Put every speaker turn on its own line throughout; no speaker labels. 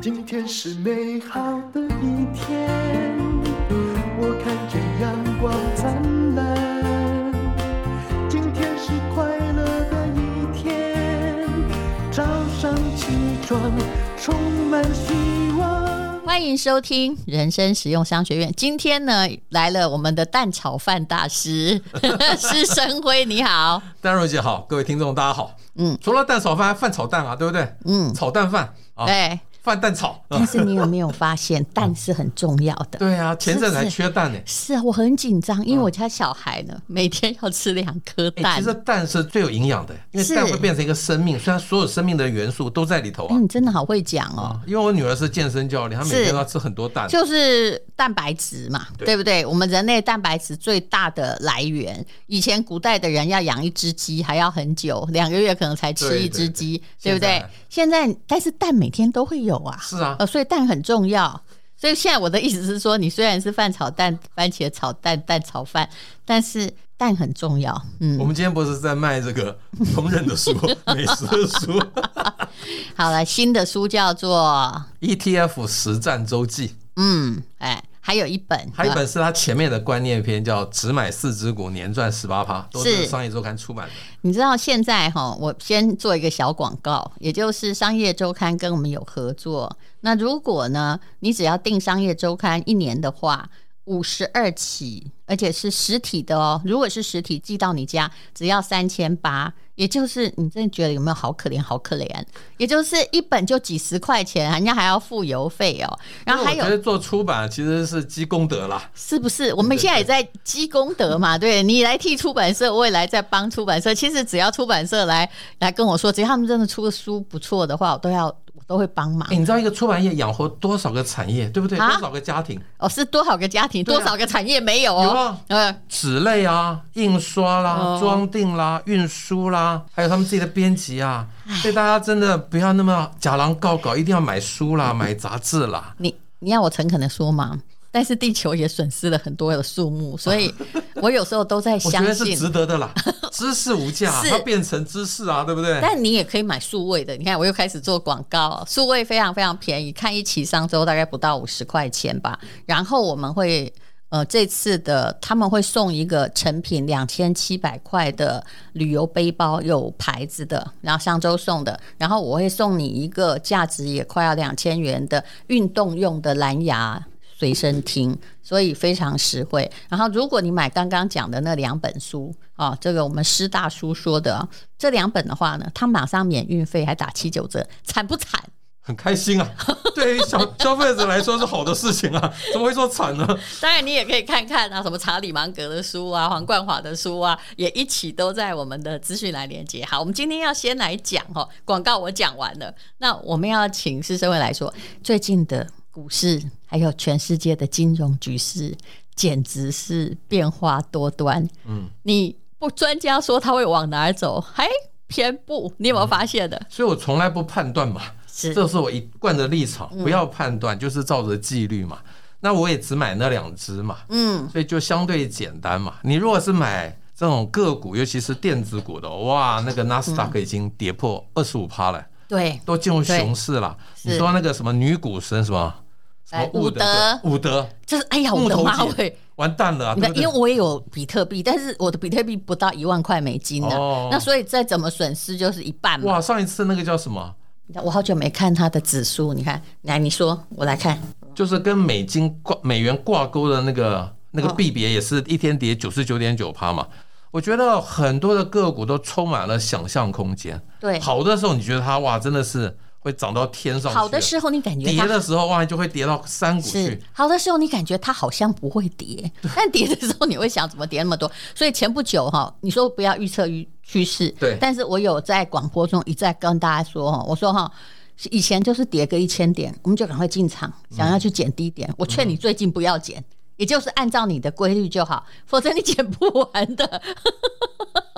今天是美好的一天，我看见阳光灿烂。今天是快乐的一天，早上起床充满希望。
欢迎收听人生实用商学院。今天呢，来了我们的蛋炒饭大师 施生辉，你好。
丹瑞姐好，各位听众大家好。
嗯
嗯，除了蛋炒饭，还饭炒蛋啊，对不对？
嗯，
炒蛋饭啊，
对。
饭蛋炒。啊
但是你有没有发 现，蛋是很重要的？
对啊，前阵子还缺蛋呢。
是啊，我很紧张，因为我家小孩呢，每天要吃两颗
哎，
蛋
其。实蛋是最有营养的，因为
是
蛋会变成一个生命，虽然所有生命的元素都在里头
哎，
啊。
你真的好会讲哦。
因为我女儿是健身教练，她每
是
天都要吃很多蛋。
就是蛋白质嘛，
对
对不对？我们人类蛋白质最大的来源，以前古代的人要养一只鸡还要很久，两个月可能才吃
对
一只
对对
鸡，对
现
不对
在？
现在但是蛋每天都会有啊，
是啊
呃，所以蛋很重要。所以现在我的意思是说，你虽然是饭炒蛋、番茄炒蛋、蛋炒饭，但是蛋很重要。嗯，
我们今天不是在卖这个烹饪的书、 美食的书
好了，新的书叫做
，ETF E 实战周记，
嗯，哎，还有一本，
还有一本是她前面的观念篇，叫《只买四只股，年赚十八趴》，都
是
是商业周刊出版的。
你知道现在哈，我先做一个小广告，也就是《商业周刊》跟我们有合作。那如果呢，你只要订《商业周刊》一年的话，五十二期，而且是实体的哦。如果是实体寄到你家，只要三千八，也就是你真的觉得有没有好可怜，好可怜？也就是一本就几十块钱，人家还要付邮费哦。然后还有嗯
我觉得做出版其实是积功德啦。
是不是？我们现在也在积功德嘛，对你来替出版社，我也来在帮出版社。其实只要出版社来来跟我说，只要他们真的出的书不错的话，我都要我都会帮忙
哎、。你知道一个出版业养活多少个产业，对不对？
啊
多少个家庭？
哦，是多少个家庭，
对啊
多少个产业没有
有
哦？
啊，
呃，
纸类啊，印刷
哦
啦，装订啦，运输啦，还有他们自己的编辑啊。所以大家真的不要那么假狼告狗，一定要买 书啦，买杂志啦。
你你要我诚恳的说嘛？但是地球也损失了很多的树木，所以我有时候都在
我觉得
相
是
信。
值得 的啦，知识无价、
是
它变成知识啊，对不对？
但你也可以买数位的，你看我又开始做广告哦，数位非常非常便宜，看一期商周大概不到五十块钱吧。然后我们会呃这次的他们会送一个成品两千七百块的旅游背包，有牌子的，然后上周送的，然后我会送你一个价值也快要两千元的运动用的蓝牙随身听，所以非常实惠。然后，如果你买刚刚讲的那两本书啊，这个我们师大叔说的啊这两本的话呢，他马上免运费，还打七九折，惨不惨？
很开心啊，对于 小消费者来说是好的事情啊，怎么会说惨呢？
当然，你也可以看看啊，什么查理芒格的书啊，黄冠华的书啊，也一起都在我们的资讯栏连接。好，我们今天要先来讲哦，广告我讲完了，那我们要请施生伟来说最近的股市，还有全世界的金融局势，简直是变化多端。嗯，你不专家说它会往哪儿走，还偏不，你有没
嗯
有发现的？
所以我从来不判断嘛，
是嗯
这是我一贯的立场，不要判断，就是照着纪律嘛。那我也只买那两只嘛，
嗯，
所以就相对简单嘛。你如果是买这种个股，尤其是电子股的，哇，那个纳斯达克
嗯
已经跌破二十五趴了，
对，
都进入熊市了。
是
你说那个什么女股神什么什
哎
么伍
伍
德，伍德
这是哎呀，我
木
的
头
妈
姐
喂！
完蛋了啊，
那
对不
因为
对？
我也有比特币，但是我的比特币不到一万块美金呢、啊
哦
那所以再怎么损失就是一半嘛。
哇，上一次那个叫什么？
我好久没看它的指数，你看，来你说，我来看，
就是跟美金挂美元挂钩的那个那
嗯
个币别也是一天跌九十九点九趴嘛。我觉得很多的个股都充满了想象空间。
对，
好的时候你觉得它哇真的是会涨到天上去，
好的时候你感觉
跌
它
的时候哇就会跌到山谷
是
去。
好的时候，你感觉它好像不会跌， 但跌的时候你会想怎么跌那么多？所以前不久哈，你说不要预测于趋势，
对
但是我有在广播中一再跟大家说哈，我说哈。以前就是跌个一千点，我们就赶快进场，
嗯
想要去捡低点。我劝你最近不要捡，也就是按照你的规律就好，否则你捡不完的。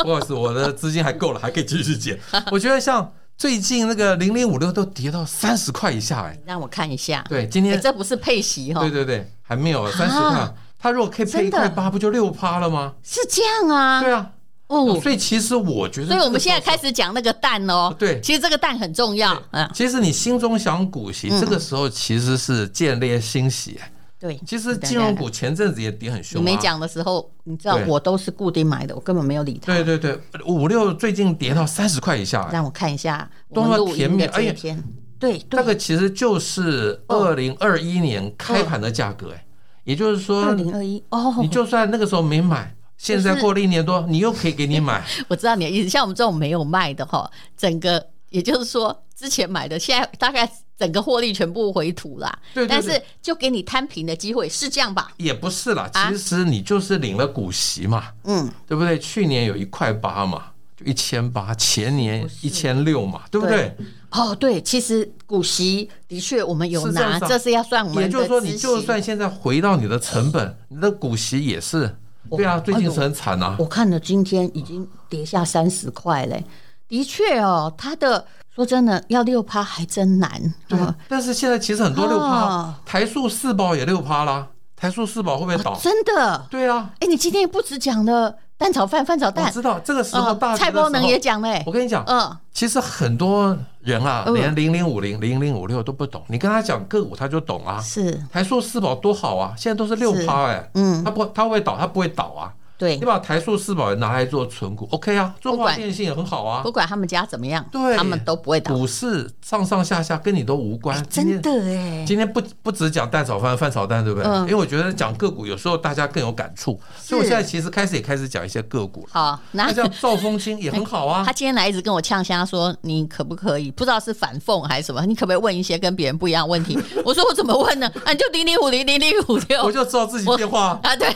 不好意思，我的资金还够了，还可以继续 减。我觉得像最近那个零零五六都跌到三十块以下哎、
让我看一下，
对，今
哎、
天
这不是配息哈
对，对对还没有三十
啊
块，它如果可以配
真
一
的
块八，不就六趴了吗？
是这样啊。
对啊，
哦，
所以其实我觉得，
所以我们现在开。始讲那个蛋哦。
对
其实这个蛋很重要。嗯，
其实你心中想股息，这个时候其实是建立欣喜。
对。
其实金融股前阵子也跌很
你
凶、啊，
没讲的时候，你知道
对
我都是固定买的，我根本没有理它。
对对对，五六最近跌到三十块以下、哎
让我看一下我
多么
们录
甜
音
蜜
的这
哎
一
呀
篇。对对
那，个其实就是二零二一年开盘的价格、哎、也就是
嗯二
说，
零二一哦，
你就算那个时候没买，现在过了一年多，你又可以给你买，
我知道你的意思。像我们这种没有卖的哈，整个也就是说之前买的，现在大概整个获利全部回吐啦。
对对
但
对
是就给你摊平的机会，是这样吧？
也不是啦，
啊
其实你就是领了股息嘛，
嗯，
对不对？去年有一块八嘛，就一千八，前年一千六嘛，对不对？
哦，对，其实股息的确我们有
是这样
拿，
子啊
这是要算我们的
也就是说，你
孳息
就算现在回到你的成本，你的股息也是，对
哎
啊，最近是很惨啊。
我看了今天已经跌下三十块嘞，的确哦，它的说真的要六趴还真难。
对
嗯
啊，但是现在其实很多六趴
啊，
台塑四宝也六趴啦，台塑四宝会不会倒？
哦真的。
对啊，
哎，你今天不止讲了蛋炒饭、饭炒
我
蛋，
知道这个时候
哦，
大跌
蔡
的时
波
候
能也，讲嘞
我，跟你讲，
嗯，
其实很多人啊，
嗯
连零零五零、零零五六都不懂，你跟他讲个股他就懂啊。
是，
台塑四宝多好啊，现在都是六
是
趴哎，
嗯
它，不它会不会倒，它不会倒啊。
对
你，把台塑四宝拿来做存股，OK 啊，中华电信也很好啊
不，管他们家怎么样，
对
他们都不会倒。
股市上上下下跟你都无关。今天
哎真的哎，
今天不不只讲蛋炒饭、饭炒蛋，对不对？
嗯
因为我觉得讲个股有时候大家更有感触，所以我现在其实开始也开始讲一些个股了。
好，那
那像兆丰金也很好啊
啊 他，今天来一直跟我呛瞎说，你可不可以？不知道是反讽还是什么，你可不可以问一些跟别人不一样的问题？我说我怎么问呢？啊，你就零零五零零零五
我
六
就知道自己变化。
啊，对，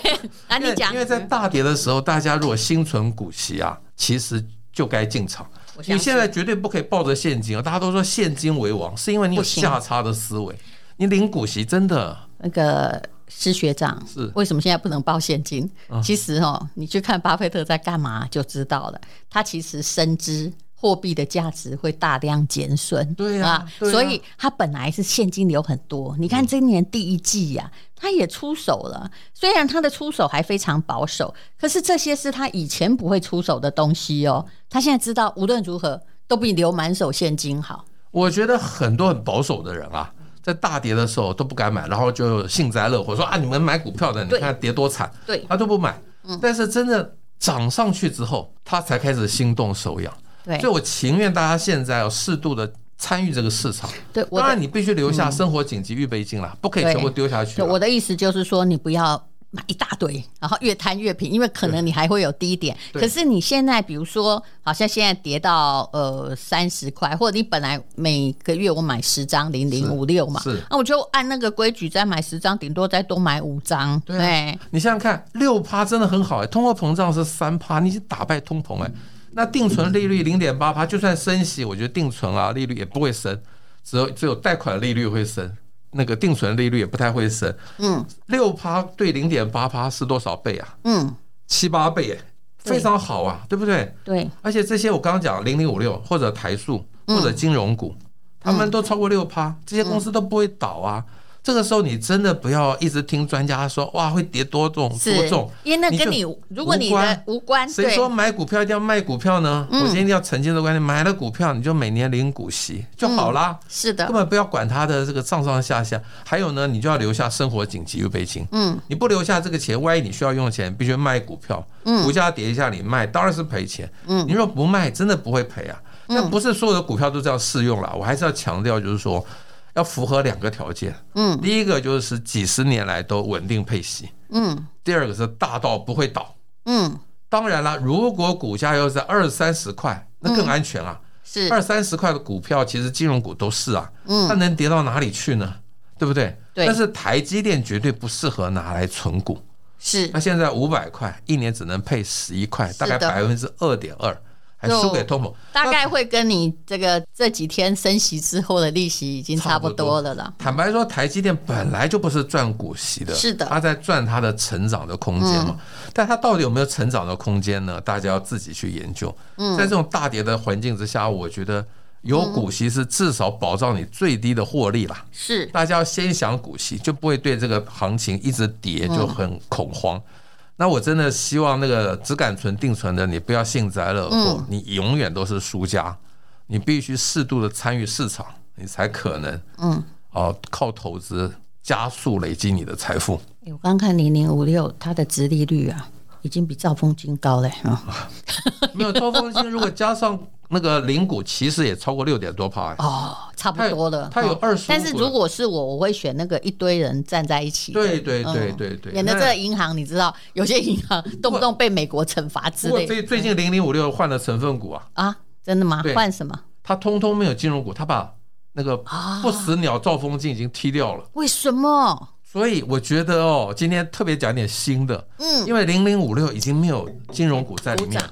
啊，
因为
你讲
因，为在大跌的时候，大家如果心存股息啊，其实就该进场。
我相信
你现在绝对不可以抱着现金啊！大家都说现金为王，是因为你有
不行
价差的思维。你领股息真的
那个施学长
是啊
为什么现在不能报现金？其实哦，你去看巴菲特在干嘛就知道了。他其实深知货币的价值会大量减损，
对啊对啊
所以他本来是现金流很多。你看今年第一季呀、他也出手了，虽然他的出手还非常保守，可是这些是他以前不会出手的东西哦。他现在知道无论如何都比留满手现金好。
我觉得很多很保守的人啊，在大跌的时候都不敢买，然后就幸灾乐祸说啊，你们买股票的，你
对嗯
看跌多惨，
对
他都不买。但是真的涨上去之后，他才开始心动手痒。
对
所以我情愿大家现在要适度的参与这个市场。
对，我
当
的嗯
然，你必须留下生活紧急预备金啦，不可以
对
全部丢下去
对，
啦。
我的意思就是说，你不要买一大堆，然后越摊越平，因为可能你还会有低点。
对
可是你现在，比如说，好像现在跌到呃三十块，或者你本来每个月我买十张零零五六嘛，
是
那我就按那个规矩再买十张，顶多再多买五张。
对
对,、
啊你想想看，六趴真的很好哎、通货膨胀是三趴，你已经打败通膨哎、
嗯
那定存利率零点八趴，就算升息，我觉得定存啊利率也不会升，只有只有贷款利率会升，那个定存利率也不太会升。
嗯
六趴对零点八趴是多少倍啊？
嗯，
七八倍哎、
对
非常好啊，对不对？
对
而且这些我刚刚讲零零五六或者台塑
嗯
或者金融股，他们都超过六趴，这些公司都不会倒啊。
嗯
这个时候你真的不要一直听专家说哇会跌多重多
是
重，，
因为那跟
你
你
就
如果你
无
的
关
无关，
谁
对嗯
说买股票一定要卖股票呢？我今天一定要澄清这个观念，买了股票你就每年领股息就好啦。
是
根
的，
本不要管它的这个上上下下，还有呢，你就要留下生活紧急预备金。
嗯，
你不留下这个钱，万一你需要用钱，必须卖股票，
嗯
股价跌一下你卖，当然是赔钱。嗯，你若不卖，真的不会赔啊。
嗯
那不是所有的股票都这样适用啦，我还是要强调，就是说要符合两个条件。
嗯
第一个就是几十年来都稳定配息，
嗯
第二个是大到不会倒。
嗯，
当然啦，如果股价要是在二三十块，那
嗯
更安全啊。
是
二三十块的股票，其实金融股都是啊，它
嗯
能跌到哪里去呢？对不对？
对
但是台积电绝对不适合拿来存股。
是
那现在五百块，一年只能配十一块，大
的
概百分之二点二，还
就
输给通膨。
大概会跟你这个这几天升息之后的利息已经差不多了啦。
坦白说，台积电本来就不是赚股息的，
是的嗯
它在赚它的成长的空间嘛。但它到底有没有成长的空间呢？大家要自己去研究。
嗯
在这种大跌的环境之下，我觉得有股息是至少保障你最低的获利啦。
是
大家要先想股息，就不会对这个行情一直跌就很恐慌。那我真的希望那个只敢存定存的，你不要幸灾乐祸，
嗯
你永远都是输家。你必须适度的参与市场，你才可能
嗯，
哦、靠投资加速累积你的财富。
诶哎我刚看零零五六，它的殖利率啊，已经比兆丰金高嘞啊、
哦没有兆丰金，如果加上那个零股，其实也超过六点多趴、欸。
哦，差不多了。
它有它有
哦
25
但是如果是我，我会选那个一堆人站在一起的。
对对
嗯
对对对
免得这个银行，你知道有些银行动不动被美国惩罚之
不过
类
最最近零零五六换了成分股啊，
啊，真的吗
对？
换什么？
它通通没有金融股，它把那个
啊
不死鸟兆丰金已经踢掉了。
为什么？
所以我觉得哦，今天特别讲点新的，
嗯，
因为零零五六已经没有金融股在里面
鼓掌，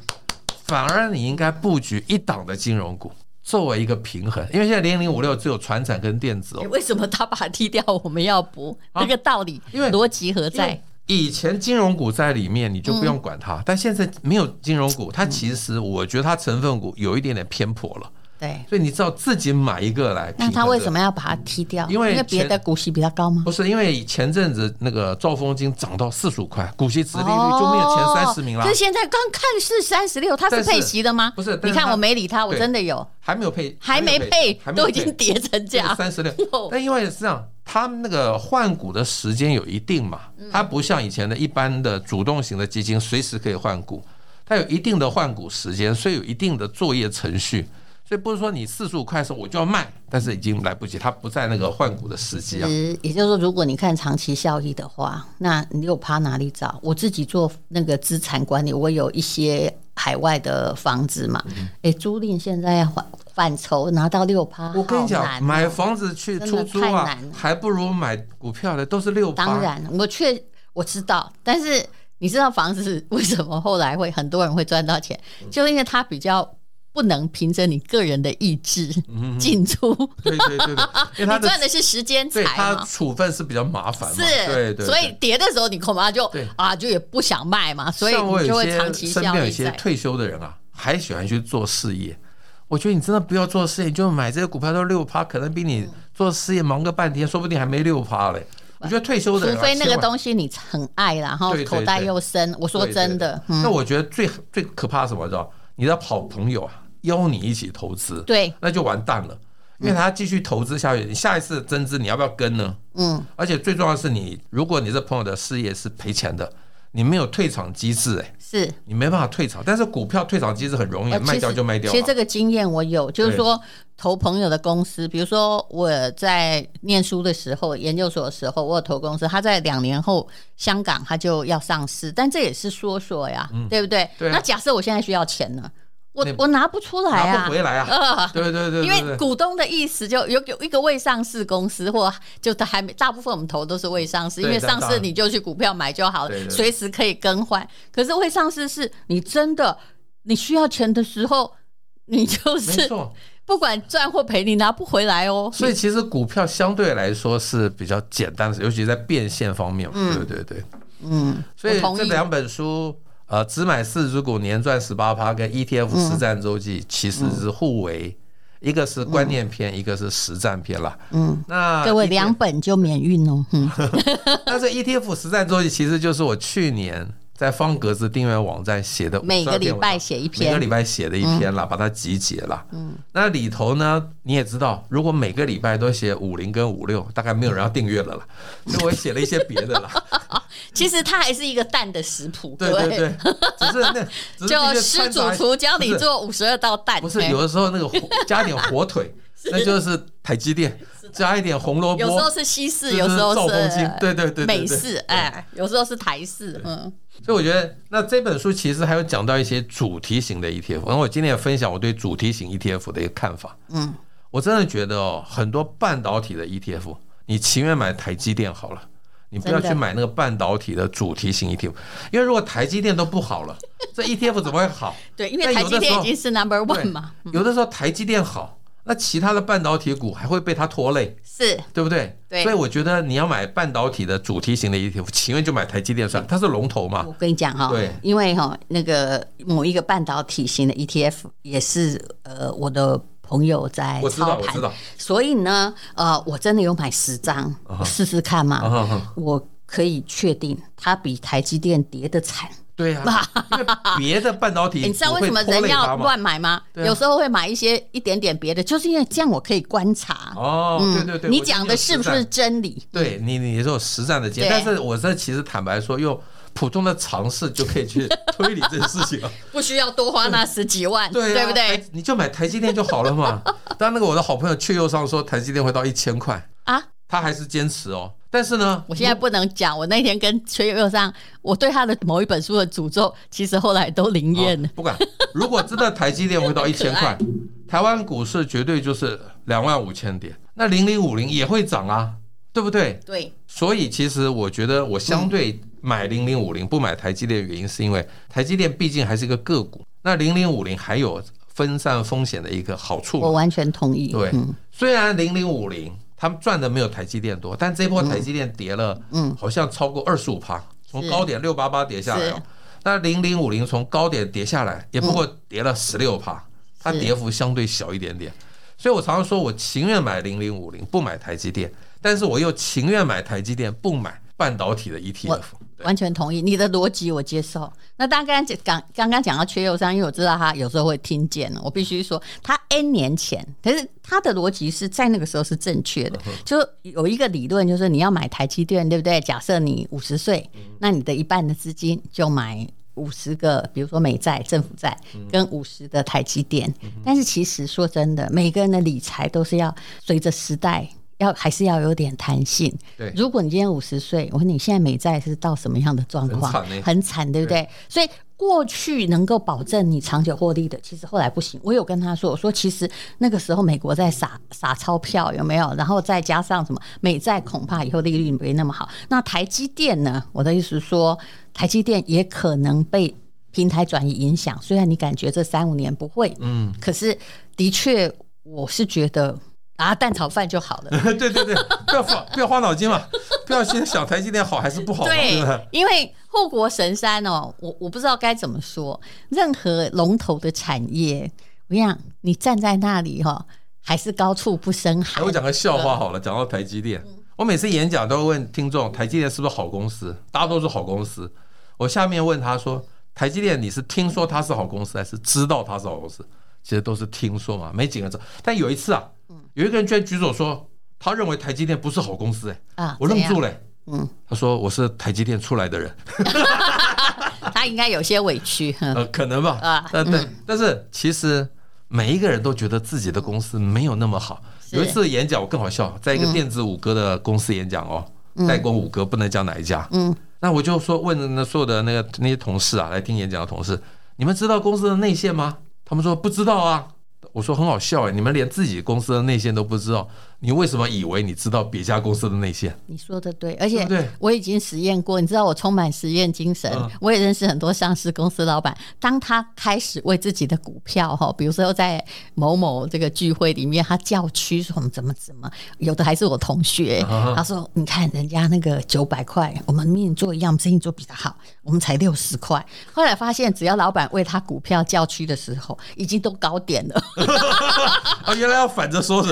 反而你应该布局一档的金融股作为一个平衡，因为现在零零五六只有船产跟电子哦
诶。为什么他把它踢掉，我们要补？
啊
这个道理，
因为
逻辑何
因为
在？嗯
以前金融股在里面，你就不用管它，但现在没有金融股，它其实我觉得它成分股有一点点偏颇了，
对，
所以你知道自己买一个来平
那
衡。
他为什？么要把它踢掉？
因为
别的
前
股息比较高吗？
不是因为前阵子那个兆丰金涨到四十五块，股息值利率就没有前三十名啦
哦可，是现在刚看是三十六，它是
但是
配息的吗？
不是但
你
是
看
它
我没理它，我
对
真的有，
还没有配，
还没配，都已经跌成这样。
三十六
哦。
但因为是这样，他们那个换股的时间有一定嘛，
嗯
它不像以前的一般的主动型的基金随时可以换股，它有一定的换股时间，所以有一定的作业程序。所以不是说你四十五块的时候我就要卖，但是已经来不及，它不在那个换股的时机啊。
值，也就是说，如果你看长期效益的话，那你有趴哪里找？我自己做那个资产管理，我有一些海外的房子
嗯
嘛，哎、租赁现在要反反筹拿到六趴，
我跟你
好难哦
讲，买房子去出租
真的太
啊
难了，
还不如买股票的，都是六八。
当然，我确我知道，但是你知道房子为什么后来会很多人会赚到钱，
嗯
就是因为它比较不能凭着你个人的意志进出，
对对对对，嗯因
你
为它的
赚的是时间财
对它
嘛。
处分是比较麻烦嘛，
是，
对对对，
所以跌的时候你恐怕就
对
啊就也不想卖嘛，所以
像我
你就
有
会
些
长期
身
效
边有
益
一些
在。
退休的人啊，还喜欢去做事业。我觉得你真的不要做事业，你就买这些股票都六趴，可能比你做事业忙个半天，说不定还没六趴嘞。我觉得退休
除
的人啊、
非那个
千万
东西你很爱啦，然后
对对
口袋
对
又深，我说
对对
真的，
对
嗯，
那我觉得最最可怕是什么？知道？你的好朋友啊，邀你一起投资，
对，
那就完蛋了，因为他继续投资下去，你下一次增资你要不要跟呢？
嗯，
而且最重要的是你，如果你这朋友的事业是赔钱的，你没有退场机制、哎，
是。
你没办法退场。但是股票退场机制很容易，
呃
卖掉就卖掉
其
了
实。其实这个经验我有，就是说投朋友的公司，比如说我在念书的时候、研究所的时候，我有投公司，他在两年后香港他就要上市，但这也是说说呀，对不对？
对啊
那假设我现在需要钱呢，我
那
我拿不出来
拿
啊
不，回来啊！
呃
对对对，
因
对
为
对
股东的意思就有有一个未上市公司，或就它还没大部分我们投都是未上市，
对
因为
当
上市
当
你就去股票买就好
对对
了，
对
随时可以更换。可是未上市是你真的你需要钱的时候，你就
没
是
错。
不管赚或赔，你拿不回来哦。
所以其实股票相对来说是比较简单的，尤其在变现方面嘛。对对对，
嗯，
所以
我同
这
意
两本书。呃，只买四只股，年赚十八趴，跟 E
嗯
ETF 实战周记其实是互为，一个是观念篇，一个是实战篇啦。
嗯，
那 E
各位
ETF
两本就免运哦。嗯，
那这 ETF 实战周记其实就是我去年在方格子订阅网站写的52篇文章，
每个礼拜写一篇嗯
每个礼拜写的一篇啦，把它集结啦。嗯，那里头呢，你也知道，如果每个礼拜都写五零跟五六，大概没有人要订阅了啦，
嗯
所以我也写了一些别的 啦。
其实它还是一个蛋的食谱，
对
各
对
位
对，只是那只是
就
那些
施
掺
主
杂
厨教你
不是
做五十二道蛋，
不是
嘿
有的时候那个火加点 火腿，那就是台积电，加一点红萝卜，
有时候是西式，
就
有时候
是
是
赵凤金对对对对对
美式，哎，有时候是台式，嗯，
所以我觉得，那这本书其实还有讲到一些主题型的 ETF，然后我今天也分享我对主题型 ETF 的一个看法。
嗯，
我真的觉得哦，很多半导体的 ETF，你情愿买台积电好了，你不要
真
去
的
买那个半导体的主题型 ETF，因为如果台积电都不好了，这 ETF 怎么会 好？
对，因为
但
台
有
积
的时
电
候
已经是 number
对
one 嘛，，
有的时候台积电好，那其他的半导体股还会被它拖累。
是
对不对？
对
所以我觉得你要买半导体的主题型的 ETF，情愿就买台积电算了，它是龙头嘛
我。跟你讲哈、
对
因为哈、那个某一个半导体型的 ETF 也是呃我的朋友在
我知道
操
我
盘
知道，
所以呢，呃，我真的有买十张试试看嘛。
啊啊哈哈
我可以确定它比台积电跌得惨。哎
对呀、 因为别的半导体
你知道为什么
不会
人
拖累
要
它嘛
乱买吗？
对啊
有时候会买一些一点点别的，就是因为这样我可以观察。
哦，对对对，
嗯你
我觉得
讲
有
的是不
实战
是真理？
对你，你是有实战的经验，
对
但是我这其实坦白说，用普通的常识就可以去 推理这件事 情了，啊
不需要多花那十几万，
对、啊、
不
台
对？？
你就买台积电就好了 嘛。但那个我的好朋友雀佑上说台积电会到一千块，
啊，
他还是坚持哦。但是呢，
我现在不能讲。我那天跟崔佑上，我对他的某一本书的诅咒，其实后来都灵验了
哦好。不管，如果真的台积电会到一 千块，台湾股市绝对就是两万五千点，那零零五零也会涨啊，对不对？
对，
所以其实我觉得我相对买零零五零不买台积电的原因，是因为台积电毕竟还是一个个股，那零零五零还有分散风险的一个好处
我
嘛。
完全同意。
哦对
嗯，
虽然零零五零他们赚的没有台积电多，但这波台积电跌了，嗯，好像超过二十五趴，从
是
高点六八八跌下来哦
是。
那零零五零从高点跌下来，也不过跌了十六趴，它
是
跌幅相对小一点点。所以我常常说我情愿买零零五零，不买台积电，但是我又情愿买台积电，不买半导体的 ETF。对
完全同意你的逻辑，我接受。那大家讲刚刚刚讲到缺右商，因为我知道他有时候会听见，我必须说他 N 年前，可是他的逻辑是在那个时候是正确的。就有一个理论，就是你要买台积电，对不对？假设你五十岁，那你的一半的资金就买。五十个，比如说美债、政府债，跟五十的台积电，但是其实说真的，每个人的理财都是要随着时代，要还是要有点弹性。
对
如果你今天五十岁，我说你现在美债是到什么样的状况？
很惨欸
很惨，对不对？所以过去能够保证你长久获利的，其实后来不行。我有跟他说，我说其实那个时候美国在撒撒钞票，有没有？然后再加上什么美债，恐怕以后利率没那么好。那台积电呢？我的意思是说，台积电也可能被平台转移影响。虽然你感觉这三五年不会，
嗯，
可是的确我是觉得啊，蛋炒饭就好了。
对对对，不要花不要花脑筋嘛，不要先想台积电好还是不好嘛，对不对
对？，因为护国神山哦，我我不知道该怎么说。任何龙头的产业，我跟你讲，你站在那里哈、哦，还是高处不胜
哎
寒
我。讲个笑
嗯
话好了，讲到台积电，我每次演讲都会问听众，台积电是不是好公司？大家都是好公司。我下面问他说，台积电你是听说它是好公司，还是知道它是好公司？其实都是听说嘛，没几个人知道。但有一次啊，
嗯
有一个人居然举手说，他认为台积电不是好公司、哎，
啊
我愣住
了。
了、哎
嗯，
他说我是台积电出来的人，
他应该有些委屈。哼
呃，可能吧，
啊
但对，但是其实每一个人都觉得自己的公司没有那么好。
是
有一次演讲我更好笑，在一个电子五哥的公司演讲哦，代工五哥不能讲哪一家。
嗯，
那我就说问那所有的那个那些同事啊，来听演讲的同事，你们知道公司的内线吗？他们说不知道啊。我说很好笑哎、你们连自己公司的内线都不知道，你为什么以为你知道别家公司的内线？
你说的对，而
对
且
不对
我已经实验过，你知道我充满实验精神。
嗯
我也认识很多上市公司老板，当他开始为自己的股票哈，比如说在某某这个聚会里面，他叫屈说我们怎么怎么，有的还是我同学，
啊
他说你看人家那个九百块，我们明明做一样生意做比他好，我们才六十块。后来发现，只要老板为他股票叫屈的时候，已经都高点了。
啊，原来要反着说的。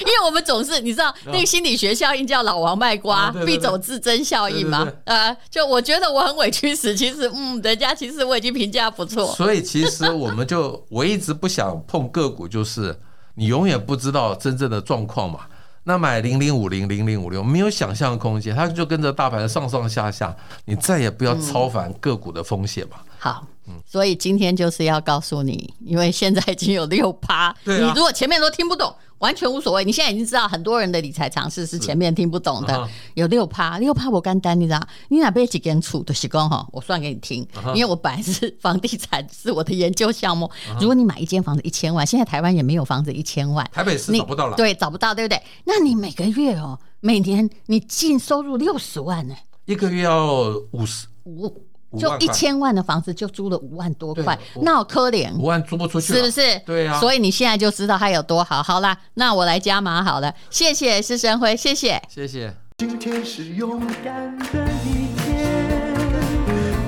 因为我们总是你知道那个心理学效应叫老王卖瓜，
啊对对对
必走自珍效应嘛。
对对
呃，就我觉得我很委屈死，其实嗯，人家其实我已经评价不错。
所以其实我们就 我一直不想碰个股，就是你永远不知道真正的状况嘛。那买零零五零零零五六没有想象空间，它就跟着大盘上上下下，你再也不要
嗯
超凡个股的风险嘛。
好，所以今天就是要告诉你，因为现在已经有六趴，
对啊
你如果前面都听不懂，完全无所谓。你现在已经知道很多人的理财常识是前面听不懂的
啊哈，
有六趴，六趴我干单，你知道？你哪边几根处的习惯哈？我算给你听，因为我本来是房地产是我的研究项目。
嗯
如果你买一间房子一千万，现在台湾也没有房子一千万，
台北市
你
找不到了，
对，找不到，对不对？那你每个月哦，每年你净收入六十万呢、
一个月要五十
五
五
就
万
一
块
千万的房子就租了五万多块，
对
那好可怜，
五万租不出去了，
是不是？
对啊
所以你现在就知道它有多好。好啦，那我来加码好了，谢谢施生辉，谢谢。
谢谢。
今天是勇敢的一天，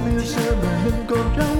没有什么能够让